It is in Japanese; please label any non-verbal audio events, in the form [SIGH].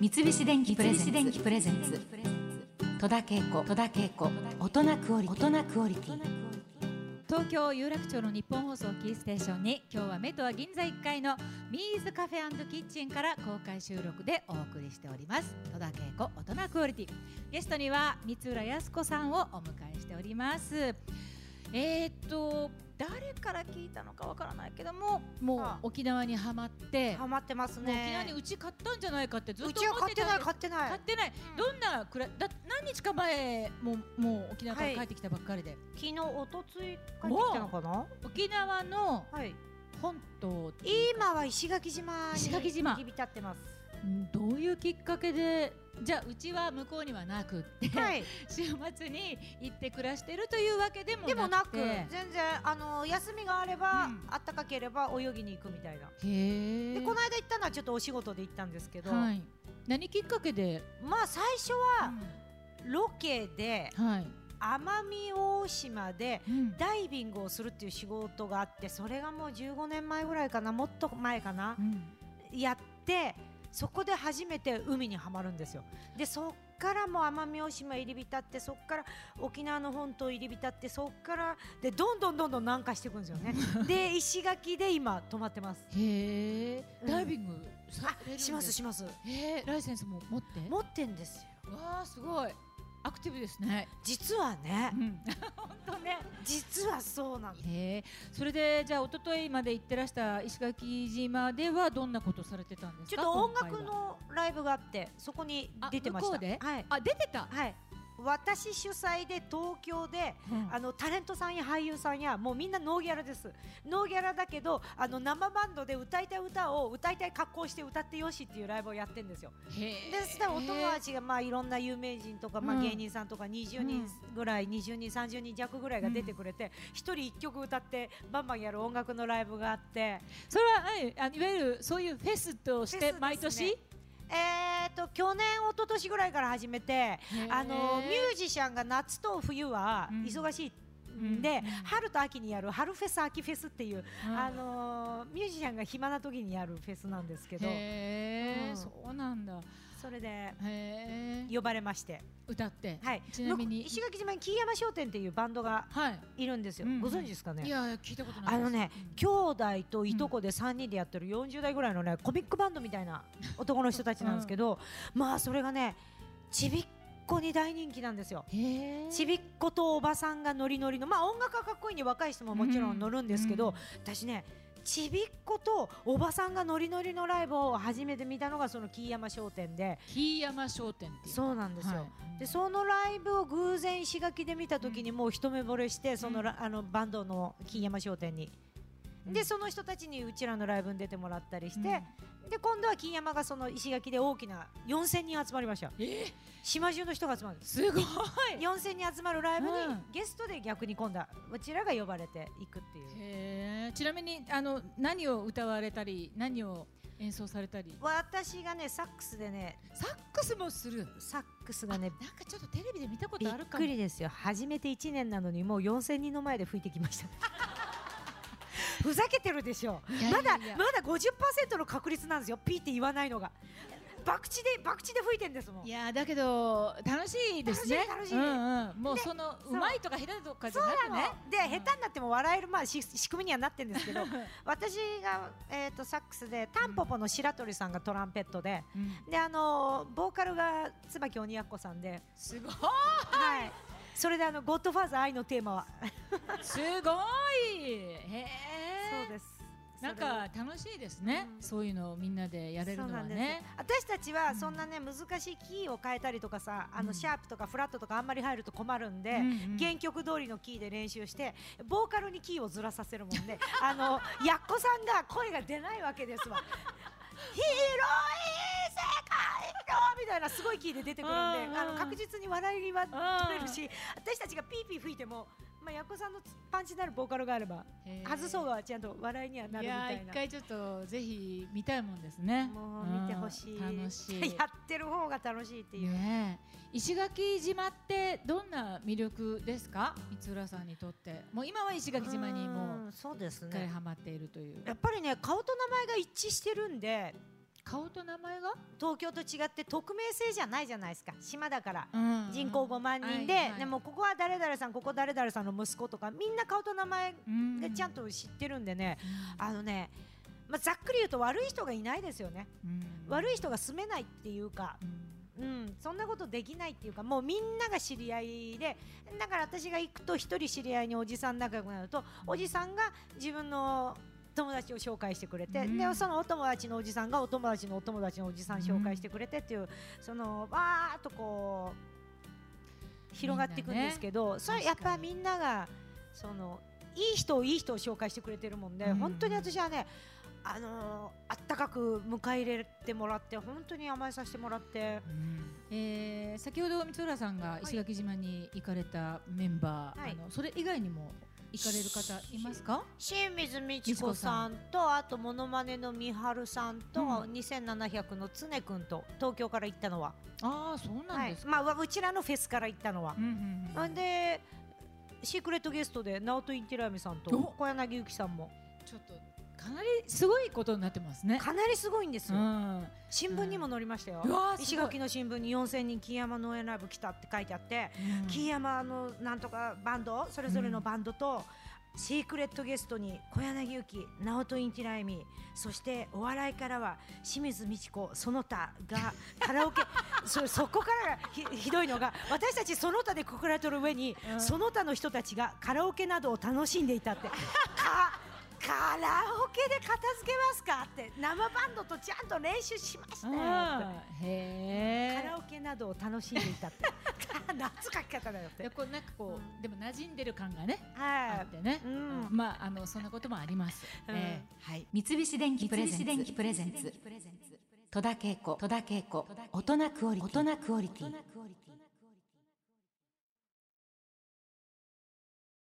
三菱電機プレゼンツ戸田恵子戸田恵子大人クオリティ大人クオリティ東京有楽町の日本放送キーステーションに今日は目とは銀座1階のミーズカフェキッチンから公開収録でお送りしております戸田恵子大人クオリティゲストには三浦靖子さんをお迎えしておりますえー、っと誰から聞いたのかわからないけどももあう沖縄にはまってハマってますもう沖縄にねうち買ったんじゃないかってずっうとちは思っ買っててたなんいです買ってな買いってない、うんどんなくらだ何日か前ももう沖縄からはい帰ってきたばっかりで、昨日一昨日帰ってきたのかな沖縄のはい本島今は石垣島に石垣島入り浸ってますうんどういうきっかけでじゃあうちは向こうにはなくって、はい週末に行って暮らしてるというわけでもなくてでもなく全然あの休みがあればうんあったかければ泳ぎに行くみたいなへでこの間行ったのはちょっとお仕事で行ったんですけどまはい、何きっかけで、あ最初はロケでうんはい、奄美大島でうんダイビングをするっていう仕事があってそれがもう15年前ぐらいかなもっと前かなやってそこで初めて海にはまるんですよでそっからもう奄美大島入り浸ってそっから沖縄の本島入り浸ってそっからでどんどんどんどん南下していくんで [LAUGHS] すよねで石垣で今泊まってますへえ、うんダイビングされるんあしますしますへえライセンスも持って持ってんですよわあすごいアクティブですね、実はねん、本当ね実はそうなんですへえそれでじゃあ一昨日まで行ってらした石垣島ではどんなことされてたんですちょかっと音今楽回はのライブがあってそこに出てましたあ向こうではいあ出てた、はい私主催で東京であのタレントさんや俳優さんやもうみんなノーギャラですノーギャラだけどあの生バンドで歌いたい歌を歌いたい格好をして歌ってよしっていうライブをやってんですよへえでそしたらお友達がまあいろんな有名人とか、まうあ、ん芸人さんとか20う人んぐらい、20人30人弱ぐらいが出てくれて一、人一曲歌ってバンバンやる音楽のライブがあってそれははいあいわゆるそういうフェスとしフェスてですね毎年えー、と去年一昨年ぐらいから始めてあのミュージシャンが夏と冬はうん忙しいうんんうで、ん春と秋にやる春フェス秋フェスっていうああのーミュージシャンが暇な時にやるフェスなんですけどへえ、うんそうなんだそれでへえ呼ばれまして、歌ってはい、ちなみに向こう石垣島に木山商店っていうバンドがはい、いるんですよ、うんご存知ですかねいや聞いたことないあのねです兄弟といとこで3人でやってる40代ぐらいのねコミックバンドみたいな男の人たちなんですけど、まあそれがねちびっこに大人気なんですよ。うんへえちびっ子とおばさんがノリノリのまあ音楽はかっこいいんで若い人ももちろん乗るんですけど、うん私ねちびっ子とおばさんがノリノリのライブを初めて見たのがその木山商店で木山商店っていうそうなんですよ、はいでそのライブを偶然石垣で見た時にもう一目惚れしてそのラ、あのバンドの木山商店に。うんでその人たちにうちらのライブに出てもらったりしうんて、で今度は金山がその石垣で大きな4000人集まりましたえー島中の人が集まるんですすごい4000人集まるライブにうんゲストで逆に今度はこちらが呼ばれていくっていうへーちなみにあの何を歌われたり何を演奏されたり私がねサックスでねサックスもするサックスあがねなんかちょっとテレビで見たこびとっあるかもくりですよ初めて1年なのにもう4000人の前で吹いてきました [LAUGHS] ふざけてるでしょいやいやまいやだまだ50%の確率なんですよピーって言わないのが博打で博打で吹いてんですもんいやーだけど楽しいですね楽しい楽しいうんうん、もうでそのそううまいとか下手とかじゃなくねで下手になっても笑えるまあし仕組みにはなってるんですけど私がえっとサックスでタンポポの白鳥さんがトランペットでうんであのボーカルが椿鬼奴さんで、すごいはい、それであの「ゴッドファーザー愛のテーマは」すごいへえですなんか楽しいですね、うんそういうのをみんなでやれるのはね私たちはうんそんなね難しいキーを変えたりとかさ、あうんのシャープとかフラットとかあんまり入ると困るんで、うんうん原曲通りのキーで練習してボーカルにキーをずらさせるも [LAUGHS] んであのやっこさんが声が出ないわけですわ。広い世界のみたいなすごいキーで出てくるんでうんうんあの確実に笑いは取れるし私たちがピーピー吹いても、まあ、やっこさんのパンチになるボーカルがあればへー外そうがちゃんと笑いにはなるいみやたーい一な。回ちょっとぜひ見たいもんですねもう見てほしい、うん楽しい [LAUGHS] やってる方が楽しいっていう、ねえ石垣島ってどんな魅力ですか三浦さんにとってもう今は石垣島にもうんそうですうすっかりねハマっているというやっぱりね顔と名前が一致してるんで顔と名前が、東京と違って匿名性じゃないじゃないですか島だからうん人口5万人で、はいはいでもここは誰々さんここ誰々さんの息子とかみんな顔と名前うんがちゃんと知ってるんでね、あのね、まあ、ざっくり言うと悪い人がいないですよねうん悪い人が住めないっていうか、うんうん、そんなことできないっていうかもうみんなが知り合いでだから私が行くと一人知り合いにおじさん仲良くなるとおじさんが自分の友達を紹介してくれて、うんでそのお友達のおじさんがお友達のお友達のおじさん紹介してくれてっていう、そのわーっとこう広がっていくんですけど、それやっぱみんながそのいい人をいい人を紹介してくれてるもんで、うん本当に私はねあのーあったかく迎え入れてもらって本当に甘えさせてもらって。えー先ほど光浦さんが石垣島に行かれたメンバー、はいあのそれ以外にも行かれる方いますか？清水美智子さんとあとモノマネの三春さんと、うん2700の常君と東京から行ったのは、ああそうなんですか。はいまあ、うちらのフェスから行ったのはう、んうんうんん、でシークレットゲストで直人インテリアミさんとお小柳ゆきさんもちょっとかなりすごいことになってますね。かなりすごいんですうよ、ん。う新聞にも載りましたよ、わー石垣の新聞に4000人木山農園ライブ来たって書いてあって、木山のなんとかバンドそれぞれのバンドと、シークレットゲストに小柳ゆき直人インティライミそしてお笑いからは清水美智子その他 [LAUGHS] がカラオケそそこからひひどいのが私たちその他で告られてる上に、うんその他の人たちがカラオケなどを楽しんでいた [LAUGHS] ってかカラオケで片付けますかって生バンドとちゃんと練習しましたよって。あーへカえラ。オケなどを楽しんでいたって [LAUGHS] 夏書き方だよっいてやこうなんかこうでも馴染んでる感がねあはってねい、う。ん、まああのそんなこともあります。うんえーはい。三菱電機プレゼンツ戸田恵子戸田恵子大人クオリティ大人クオリティ